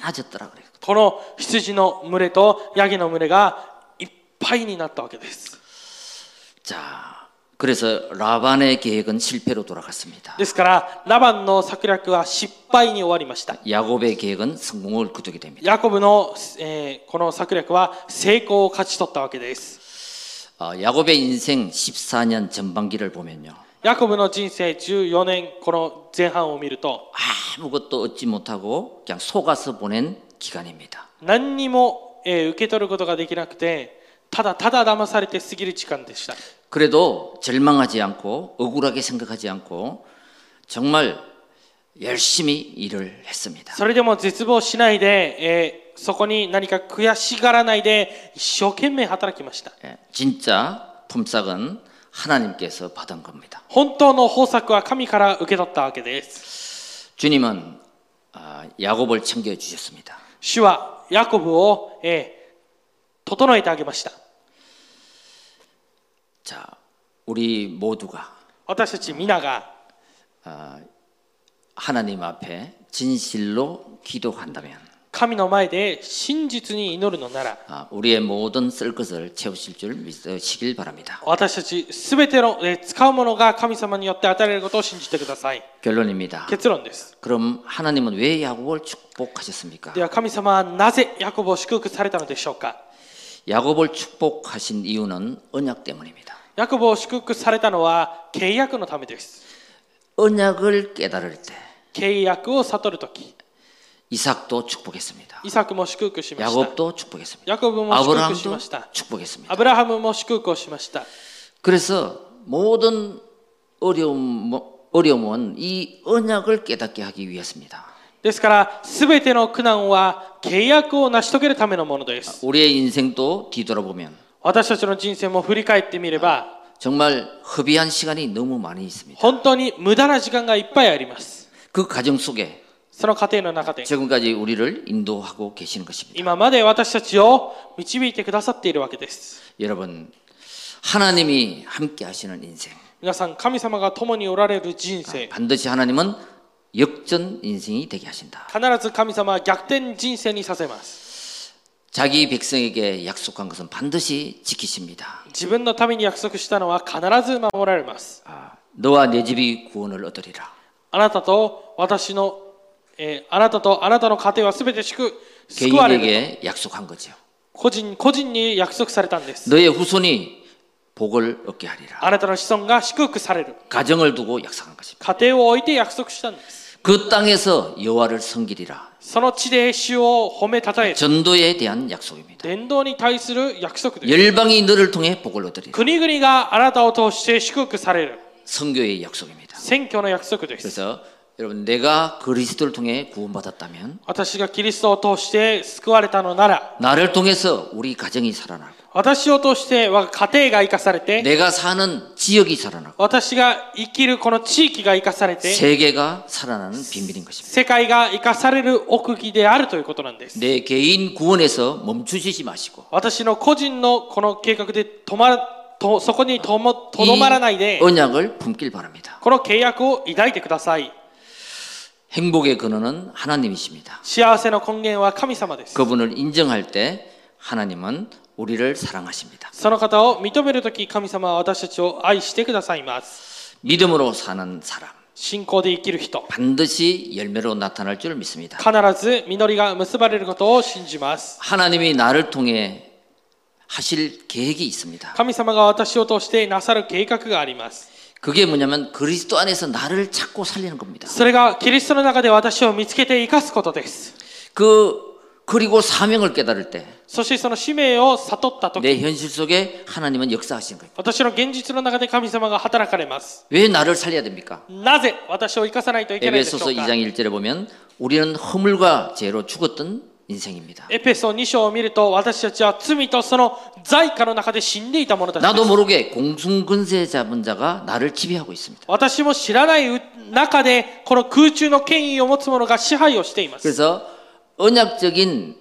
Speaker 1: 많아졌더라 그래요.
Speaker 2: この羊の群れとヤギの群れがいっぱいになったわけです。
Speaker 1: 자, 그래서 라반의 계획은 실패로 돌아갔습니다.
Speaker 2: ですからラバンの策略は失敗に終わりました。
Speaker 1: 야곱의 계획은 성공을 거두게 됩니다.
Speaker 2: ヤコブの、えーこの策略は成功を勝ち取ったわけです。
Speaker 1: 아, 야곱의 인생 14년 전반기를 보면요.
Speaker 2: ヤコブの人生14年この前半を見ると
Speaker 1: 아무것도 얻지 못하고 그냥 속아서 보낸 기간입니다.
Speaker 2: 何にも、えー受け取ることができなくてただただ騙されて過ぎる時間でした
Speaker 1: 그래도 절망하지 않고 억울하게 생각하지 않고 정말 열심히 일을 했습니다.
Speaker 2: それでも絶望しないで、えーそこに何か悔しがらないで一生懸命働きました
Speaker 1: 예, 진짜 품삯은 하나님께서 받은 겁니다.
Speaker 2: 本当の豊作は神から受け取ったわけです
Speaker 1: 주님은 아, 야곱을 챙겨 주셨습니다.
Speaker 2: 主はヤコブを、えー整えてあげました
Speaker 1: 자, 우리 모두가
Speaker 2: 私たち皆が
Speaker 1: 아, 하나님 앞에 진실로 기도한다면
Speaker 2: 神の前で真実に祈るのなら
Speaker 1: 아, 우리의 모든 쓸 것을 채우실 줄 믿으시길 바랍니다.
Speaker 2: 私たち全ての、えー使うものが神様によって与えられることを信じてください
Speaker 1: 결론입니다.
Speaker 2: 結論です
Speaker 1: 그럼 하나님은 왜 야곱을 축복하셨습니까?
Speaker 2: では神様はなぜヤコブを祝福されたのでしょうか
Speaker 1: 야곱을 축복하신 이유는 언약 때문입니다.
Speaker 2: ヤコブを祝福されたのは契約のためです
Speaker 1: 언약을 깨달을 때
Speaker 2: 契約を悟るとき
Speaker 1: 이삭도 축복했습니다.
Speaker 2: イサクも祝福しました
Speaker 1: 야곱도 축복했습니다.
Speaker 2: ヤコブも祝福しま
Speaker 1: 아브라함도
Speaker 2: した
Speaker 1: 축복했습니다.
Speaker 2: アブラハムも祝福をしました
Speaker 1: 그래서 모든 어려움, 어려움은 이 언약을 깨닫게 하기 위해서입니다.
Speaker 2: ですから全ての苦難は契約を成し遂げるためのものです
Speaker 1: 우리의 인생도 뒤돌아보면
Speaker 2: 私たちの人生も振り返ってみれば
Speaker 1: 정말 허비한 시간이 너무 많이 있습니다.
Speaker 2: 本当に無駄な時間がいっぱいあります
Speaker 1: 그 가정 속에
Speaker 2: その過程の中で
Speaker 1: 지금까지 우리를 인도하고 계시는 것입니다.
Speaker 2: 今まで私たちを導いてくださっているわけです
Speaker 1: 여러분, 하나님이 함께 하시는 인생.
Speaker 2: 皆さん神様が共におられる人生
Speaker 1: 반드시 하나님은 역전 인생이 되게 하신다.
Speaker 2: 必ず神様は逆転人生にさせます
Speaker 1: 자기 백성에게 약속한 것은 반드시 지키십니다.
Speaker 2: 自分のために約束したのは必ず守られます
Speaker 1: 아, 너와 내 집이 구원을 얻으리라.
Speaker 2: あなたと私の、えーあなたとあなたの家庭は全て祝救われる
Speaker 1: 개인에게 약속한 거죠.
Speaker 2: 個人個人に約束されたんです
Speaker 1: 너의 후손이 복을 얻게
Speaker 2: 아.
Speaker 1: 하리라.
Speaker 2: あなたの子孫が祝福される
Speaker 1: 가정을 두고 약속한 것입니다.
Speaker 2: 家庭を置いて約束したんです
Speaker 1: 그 땅에서 여호와를 섬기리라.
Speaker 2: その地で主を褒めたたえ
Speaker 1: 전도에 대한 약속입니다.
Speaker 2: 伝道に対する約束です
Speaker 1: 열방이 너를 통해 복을 얻으리라.
Speaker 2: 国々があなたを通して祝福される
Speaker 1: 선교의 약속입니다.
Speaker 2: 選挙の約束です
Speaker 1: 그래서 여러분 내가 그리스도를 통해 구원받았다면
Speaker 2: 私がキリストを通して救われたのなら
Speaker 1: 나를 통해서 우리 가정이 살아나고
Speaker 2: 私を通して我が家庭が生かされて
Speaker 1: 내가 사는 지역이 살아나고
Speaker 2: 私が生きるこの地域が生かされて
Speaker 1: 세계가 살아나는 비밀인 것입니다.
Speaker 2: 世界が生かされる奥義であるということなんです
Speaker 1: 내 개인 구원에서 멈추시지 마시고
Speaker 2: 私の個人のこの計画で止まとそこにともと
Speaker 1: 이
Speaker 2: どまらないで
Speaker 1: 언약을 품길 바랍니다.
Speaker 2: この契約を抱いてください
Speaker 1: 행복의 근원은 하나님이십니다.
Speaker 2: 幸せの根源は神様です
Speaker 1: 그분을 인정할 때 하나님은 우리를 사랑하십니다.
Speaker 2: その方を認めるとき神様は私たちを愛してくださいます
Speaker 1: 믿음으로 사는 사람
Speaker 2: 信仰で生きる人
Speaker 1: 반드시 열매로 나타날 줄 믿습니다.
Speaker 2: 必ず実りが結ばれることを信じます
Speaker 1: 하나님이 나를 통해 하실 계획이 있습니다.
Speaker 2: 神様が私を通してなさる計画があります
Speaker 1: 그게 뭐냐면 그리스도 안에서 나를 찾고 살리는 겁니다.
Speaker 2: それがキリストの中で私を見つけて生かすことです
Speaker 1: 그 그리고 사명을 깨달을 때 내
Speaker 2: そしてその使命を悟ったとき
Speaker 1: 현실 속에 하나님은 역사하시는 거예요.
Speaker 2: 私の現実の中で神様が働かれます
Speaker 1: 왜 나를 살려야 됩니까?
Speaker 2: なぜ私を生かさないといけないでしょう
Speaker 1: 에베소서
Speaker 2: か
Speaker 1: 2장 1절에 보면 우리는 허물과 죄로 죽었던 인생입니다.
Speaker 2: エペソ2章を見ると私たちは罪とその罪下の中で死んでいた者たちです
Speaker 1: 나도 모르게 공중근세 잡은 자가 나를 지배하고 있습니다.
Speaker 2: 私も知らないう中で、この空中の権威を持つ者が支配をしています。
Speaker 1: 그래서 언약적인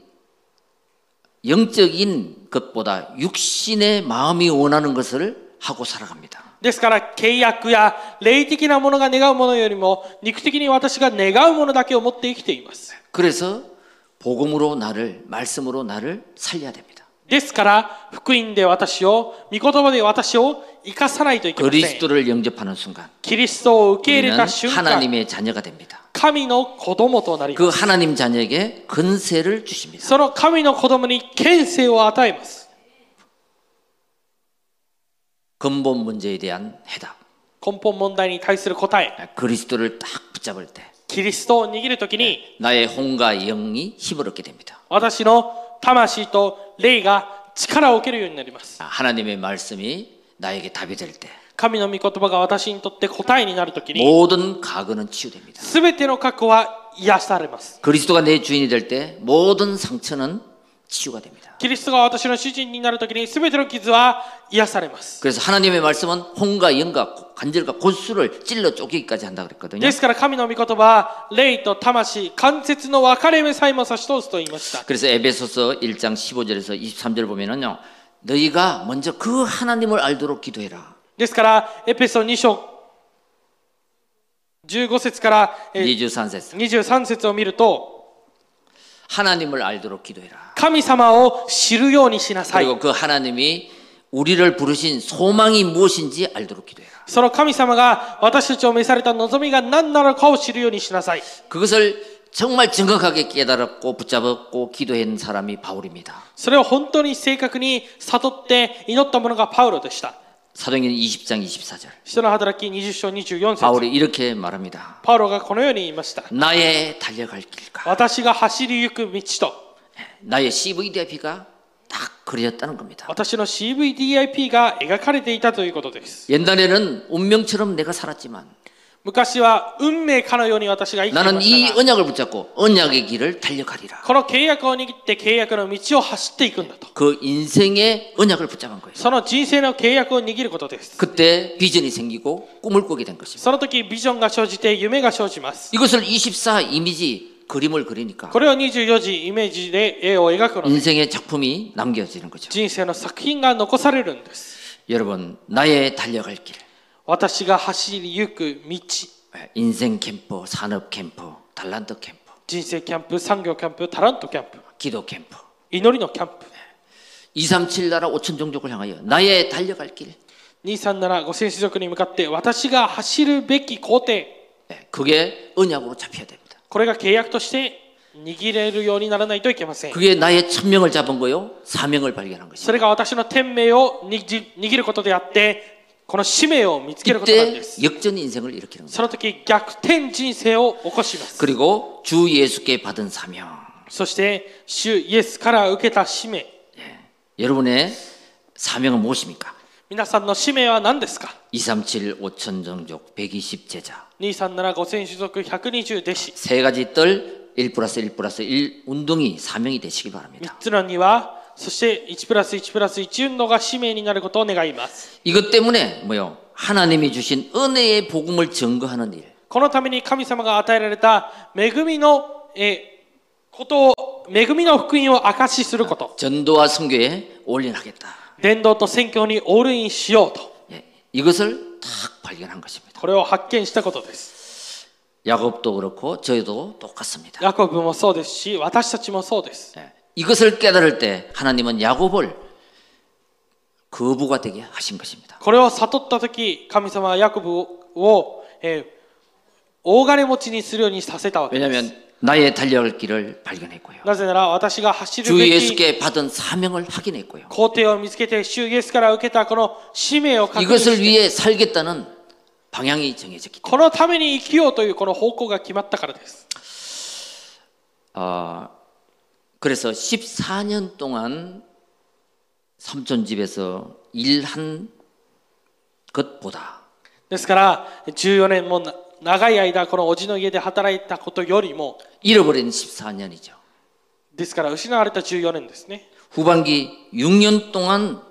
Speaker 1: 영적인 것보다 육신의 마음이 원하는 것을 하고 살아갑니다.
Speaker 2: ですから、契約や霊的なものが願うものよりも、肉的に私が願うものだけを持って生きています。
Speaker 1: 그래서 복음으로 나를 말씀으로 나를 살려야 됩니다.
Speaker 2: ですから、福音で私を、御言葉で私を生かさないといけません。
Speaker 1: 그리스도를 영접하는 순간
Speaker 2: キリストを受け
Speaker 1: 우리는
Speaker 2: 入れた瞬間、
Speaker 1: 하나님의 자녀가 됩니다.
Speaker 2: 神の子供となります。
Speaker 1: 그 하나님 자녀에게 근세를 주십니다.
Speaker 2: その神の子供に権勢を与えます。
Speaker 1: 근본 문제에 대한 해답.
Speaker 2: 根本問題に対する答え、
Speaker 1: 그리스도를 딱 붙잡을 때
Speaker 2: キリストを握るときに、
Speaker 1: 나의 혼과 영이 힘을 얻게 됩니다.
Speaker 2: 私の魂と霊が力を受けるようになります。
Speaker 1: 하나님의 말씀이 나에게 답이 될 때
Speaker 2: 神の御言葉が私にとって答えになるときに、
Speaker 1: 모든 가근은 치유됩니다.
Speaker 2: すべての過去は癒されます。
Speaker 1: 그리스도가 내 주인이 될 때 모든 상처는 치유가 됩니다.
Speaker 2: キリストが私の主人になるときに、すべての傷は癒されます。
Speaker 1: 그래서 하나님의 말씀은 혼과 영과 고- 간절과 골수를 찔러 쪼개기까지 한다 그랬거든요.
Speaker 2: ですから神の御言葉は、霊と魂、関節の分かれ目さえも差し通すと言いました。
Speaker 1: 그래서 에베소서 1장 15절에서 23절 보면은요. 너희가 먼저 그 하나님을 알도록 기도해라.
Speaker 2: ですから、エペソ2章15節からえー
Speaker 1: 23세.
Speaker 2: 23節を見ると、
Speaker 1: 하나님을 알도록 기도해라.
Speaker 2: 神様を知るようにしなさい。
Speaker 1: 그리고 그 하나님이 우리를 부르신 소망이 무엇인지 알도록 기도해라.
Speaker 2: その神様が私たちを召された望みが何なのかを知るようにしなさい。
Speaker 1: 그것을 정말 정확하게 깨달았고 붙잡았고 기도한 사람이 바울입니다.
Speaker 2: それを本当に正確に悟って祈ったものがパウロでした。
Speaker 1: 사도행전 20장 24절.
Speaker 2: 人の働き20章24節
Speaker 1: 바울이 이렇게 말합니다.
Speaker 2: パウロがこのように言いました。
Speaker 1: 나의 달려갈 길과
Speaker 2: 私が走りゆく道と
Speaker 1: 나의 CVDIP가 딱 그려졌다는 겁니다.
Speaker 2: 私の CVDIP が描かれていたということです。
Speaker 1: 옛날에는 운명처럼 내가 살았지만
Speaker 2: 昔は運命かのように私が生きてい
Speaker 1: 나는
Speaker 2: ま
Speaker 1: 이
Speaker 2: したが
Speaker 1: 언약을 붙잡고 언약의 길을 달려가리라.
Speaker 2: この契約を握って契約の道を走っていくんだと。
Speaker 1: 그 인생의 언약을 붙잡은 거예요.
Speaker 2: その人生の契約を握ることです。
Speaker 1: 그때 비전이 생기고 꿈을 꾸게 된 것입니다.
Speaker 2: その時ビジョンが生じて夢が生じます。
Speaker 1: 이것을 24 이미지 그림을 그리니까
Speaker 2: これを24時イメージで絵を描くのです
Speaker 1: 인생의 작품이 남겨지는 거죠.
Speaker 2: 人生の作品が残されるんです。
Speaker 1: 여러분 나의 달려갈 길
Speaker 2: 私が走りゆく道、
Speaker 1: 인생 캠프 산업 캠프 달란트 캠프
Speaker 2: 人生キャンプ、産業キャンプ、タラントキャンプ、
Speaker 1: 기도 캠프
Speaker 2: 祈りのキャンプ、
Speaker 1: 237 나라 5천 종족을 향하여 나의 달려갈 길
Speaker 2: 237、5000種族に向かって私が走るべき工程、
Speaker 1: 예, 그게 언약으로 잡혀야 됩니다.
Speaker 2: これが契約として握れるようにならないといけません。
Speaker 1: 그게 나의 천명을 잡은 거요 사명을 발견한 것입니다.
Speaker 2: それが私の天命を握じ握ることであって、この使命を見つけることなんで
Speaker 1: 이때
Speaker 2: す
Speaker 1: 역전 인생을 일으키는 겁니다.
Speaker 2: その時逆転人生を起こします
Speaker 1: 그리고 주 예수께 받은 사명.
Speaker 2: そして主イエスから受けた使命
Speaker 1: 여러분의 사명은 무엇입니까?
Speaker 2: 皆さんの使命は何ですか
Speaker 1: 237 5천 종족 120 제자.
Speaker 2: 237,5000種族120弟子
Speaker 1: 세 가지 뜰1 플러스 1 플러스 1 운동이 사명이 되시기
Speaker 2: 3
Speaker 1: 바랍니다.
Speaker 2: つのはそして1プラス1プラス1運動が使命になることを願います
Speaker 1: 이것 때문에 뭐요? 하나님이 주신 은혜의 복음을 증거하는 일.
Speaker 2: このために神様が与えられた恵みのえーことを恵みの福音を証しすること
Speaker 1: 전도와 선교에 올인하겠다.
Speaker 2: 伝道と宣教にオールインしようと
Speaker 1: 예, 이것을 딱 발견한 것입니다.
Speaker 2: これを発見したことです
Speaker 1: 야곱도 그렇고 저희도 똑같습니다.
Speaker 2: ヤコブもそうですし私たちもそうです
Speaker 1: 예, 이것을 깨달을 때 하나님은 야곱을 거부가 되게 하신 것입니다.
Speaker 2: これを悟った時神様はヤコブを、えー大金持ちにするようにさせたわけです
Speaker 1: 왜냐하면 나의 달려갈 길을 발견했고요.
Speaker 2: なぜなら私が走る
Speaker 1: 주
Speaker 2: べき
Speaker 1: 예수께 받은 사명을 확인했고요.
Speaker 2: 皇帝を見つけて主イエスから受けたこの使命を確認
Speaker 1: 이것을
Speaker 2: して
Speaker 1: 위해 살겠다는 방향이 정해졌기 때문에
Speaker 2: このために生きようというこの方向が決まったからです。
Speaker 1: 아, 그래서 14년 동안 삼촌 집에서 일한 것보다
Speaker 2: ですから14年もな長い間このおじの家で働いたことよりも
Speaker 1: 잃어버린 14년이죠.
Speaker 2: ですから失われた14年ですね
Speaker 1: 후반기 6년 동안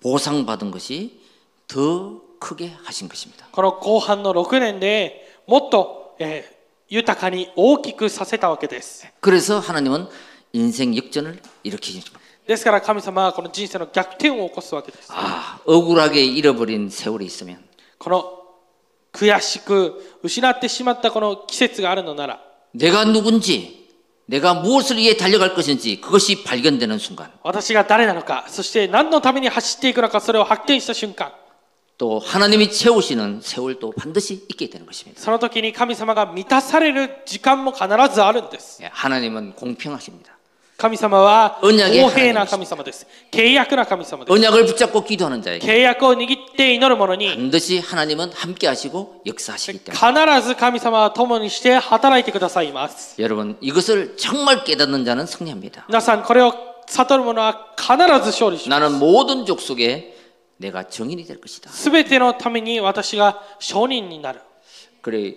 Speaker 1: 보상받은 것이 더 크게 하신 것입니다.
Speaker 2: この後半の6年でもっと、えー豊かに大きくさせたわけです
Speaker 1: 그래서 하나님은 인생 역전을 일으키신 겁니다.
Speaker 2: ですから神様はこの人生の逆転を起こすわけです
Speaker 1: 아, 억울하게 잃어버린 세월이 있으면
Speaker 2: この悔しく失ってしまったこの季節があるのなら
Speaker 1: 내가 누군지, 내가 무엇을 위해 달려갈 것인지 그것이 발견되는 순간,
Speaker 2: 私が誰なのかそして何のために走っていくのかそれを発見した瞬間
Speaker 1: 또 하나님이 채우시는 세월도 반드시 있게 되는 것입니다.
Speaker 2: その時に神様が満たされる時間も必ずあるんです
Speaker 1: 예, 하나님은 공평하십니다.
Speaker 2: 神様は公
Speaker 1: 언약의
Speaker 2: 平な
Speaker 1: 하나님이십니다
Speaker 2: 神様です契約な神様です
Speaker 1: 언약을 붙잡고 기도하는 자에게
Speaker 2: 契約を握って祈る者に
Speaker 1: 반드시 하나님은 함께하시고 역사하시기
Speaker 2: 必
Speaker 1: 때문에
Speaker 2: ず神様は共にして働いてくださいます
Speaker 1: 여러분 이것을 정말 깨닫는 자는 승리합니다.
Speaker 2: 皆さんこれを悟る者は必ず勝利しま
Speaker 1: 나는 모든 족속에 내가 정인이 될 것이다.
Speaker 2: す全てのために私が証人になる
Speaker 1: 그래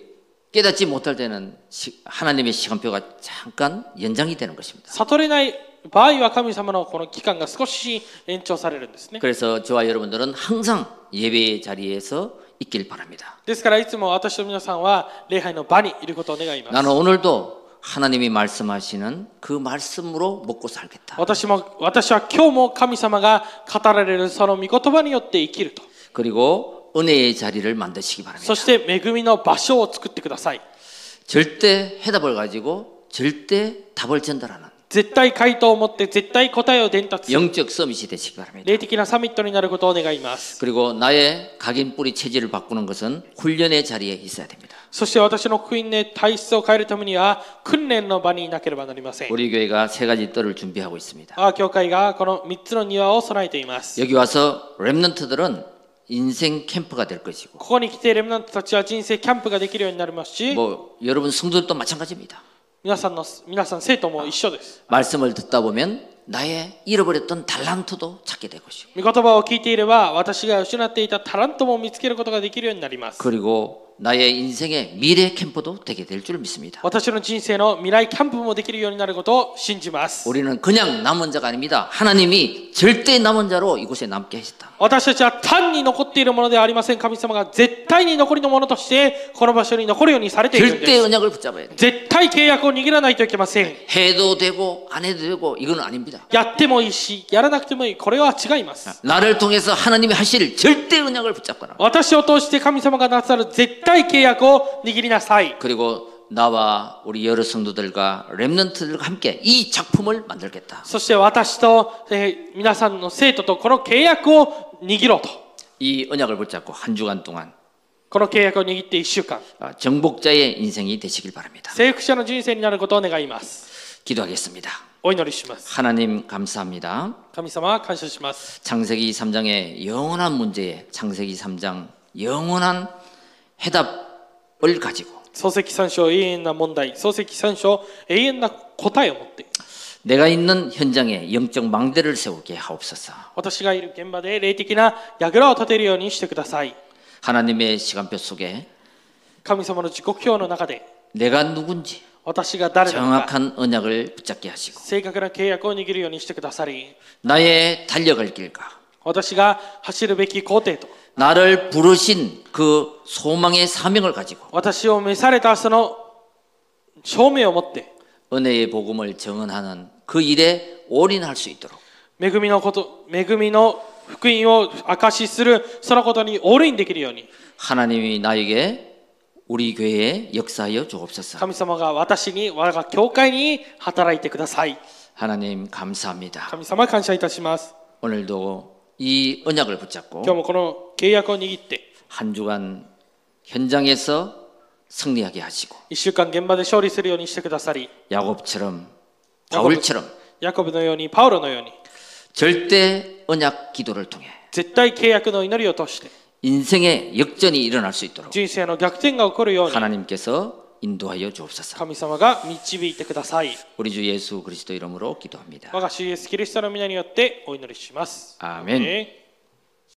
Speaker 1: 깨닫지 못할 때는 시- 하나님의 시간표가 잠깐 연장이 되는 것입니다.
Speaker 2: 悟れない場合は神様のこの期間が少し延長されるんですね
Speaker 1: 그래서 저와 여러분들은 항상 예배의 자리에서 있길 바랍니다.
Speaker 2: ですからいつも私と皆さんは礼拝の場にいることを願います
Speaker 1: 나는 오늘도 하나님이 말씀하시는 그 말씀으로 먹고 살겠다.
Speaker 2: 私も私は今日も神様が語られるその御言葉によって生きると
Speaker 1: 그리고 은혜의 자리를 만드시기 바랍니다.
Speaker 2: そして恵みの場所を作ってください
Speaker 1: 절대 해답을 가지고 절대 답을 전달하는
Speaker 2: 絶対回答を持って絶対答えを伝達する
Speaker 1: 영적 서밋이 되시기 바랍니다.
Speaker 2: 霊的なサミットになることを願います
Speaker 1: 그리고 나의 각인 뿌리 체질을 바꾸는 것은 훈련의 자리에 있어야 됩니다.
Speaker 2: そして私の福音で体質を変えるためには訓練の場にいなければなりません
Speaker 1: 우리教회가 세 가지 뜰을 준비하고 있습니다.
Speaker 2: アー教会がこの3つの庭を備えています
Speaker 1: 여기 와서 렘넌트들은 인생 캠프가 될 것이고
Speaker 2: ここに来ている皆たちは人生キャンプができるようになりますし
Speaker 1: 뭐 여러분 성도들도 마찬가지입니다.
Speaker 2: 皆さんの皆さん生徒も一緒です
Speaker 1: 말씀을 듣다 보면 나의 잃어버렸던 달란트도 찾게 될 것이고
Speaker 2: 御言葉を聞いていれば私が失っていたタラントも見つけることができるようになります
Speaker 1: 그리고 나의 인생의 미래 캠프도 되게 될 줄 믿습니다.
Speaker 2: 私の人生の未来キャンプもできるようになることを信じます。
Speaker 1: 우리는 그냥 남은 자가 아닙니다. 하나님이 절대 남은 자로 이곳에 남게 하셨다.
Speaker 2: 私たちは単に残っているものではありません。神様が絶対に残りのものとして、この場所に残るようにされているん
Speaker 1: 절대
Speaker 2: です。
Speaker 1: 언약을 붙잡아야 돼.
Speaker 2: 絶対契約を握らないといけません。
Speaker 1: 해도 되고 안 해도 되고 이건 아닙니다.
Speaker 2: やってもいいし、やらなくてもいい。これは違います。
Speaker 1: 나를 통해서 하나님이 하실 절대 언약을 붙잡거라.
Speaker 2: 私を通して神様がなさる絶対契約を握りなさい。
Speaker 1: 그리고 나와 우리 여러 성도들과 렘넌트들과 함께 이 작품을 만들겠다.
Speaker 2: そして私と、えー皆さんの生徒とこの契約を握ろうと。
Speaker 1: 이 언약을 붙잡고 한 주간 동안
Speaker 2: この契約を握って1週間、
Speaker 1: 아, 정복자의 인생이 되시길 바랍니다.
Speaker 2: 征服者の人生になることを願います。
Speaker 1: 기도하겠습니다.
Speaker 2: お祈りします
Speaker 1: 하나님 감사합니다.
Speaker 2: 神様感謝します
Speaker 1: 창세기 3장의 영원한 문제에 창세기 3장 영원한 해답을 가지고
Speaker 2: 漱石三章永遠な問題漱石三章永遠な答えを持って
Speaker 1: 내가 있는 현장에 영적 망대를 세우게 하옵소서.
Speaker 2: 私がいる現場で霊的な櫓を立てるようにしてください
Speaker 1: 하나님의 시간표 속에
Speaker 2: 神様の時刻表の中で
Speaker 1: 내가 누군지
Speaker 2: 私が誰なのか
Speaker 1: 정확한 언약을 붙잡게 하시고
Speaker 2: 正確な契約を握るようにしてくださり
Speaker 1: 나의 달려갈 길과
Speaker 2: 私が走るべき工程と
Speaker 1: 나를 부르신 그 소망의 사명을 가지고
Speaker 2: 私を召されたその証明を持って
Speaker 1: 은혜의 복음을 정언하는 그 일에 올인할 수 있도록
Speaker 2: 恵みのこと恵みの福音を証しするそのことにオールインできるように
Speaker 1: 하나님이 나에게 우리 교회에 역사하여 주옵소서.
Speaker 2: 神様が私に我が教会に働いてください
Speaker 1: 하나님 감사합니다.
Speaker 2: 神様感謝いたします
Speaker 1: 오늘도 이 언약을 붙잡고
Speaker 2: 今日もこの契約を握って
Speaker 1: 한 주간 현장에서 승리하게 하시고
Speaker 2: 1週間現場で勝利するようにしてくださり
Speaker 1: 야곱처럼 바울처럼
Speaker 2: ヤコブのようにパウロのように
Speaker 1: 절대 언약 기도를 통해
Speaker 2: 絶対契約の祈りを通して
Speaker 1: 인생의 역전이 일어날 수 있도록
Speaker 2: 人生の逆転が起こるように
Speaker 1: 하나님께서 인도하여 주옵소서.
Speaker 2: 神様が導いてください
Speaker 1: 우리 주 예수 그리스도 이름으로 기도합니다.
Speaker 2: 我が主イエスキリストの皆によってお祈りします
Speaker 1: アーメン
Speaker 2: えー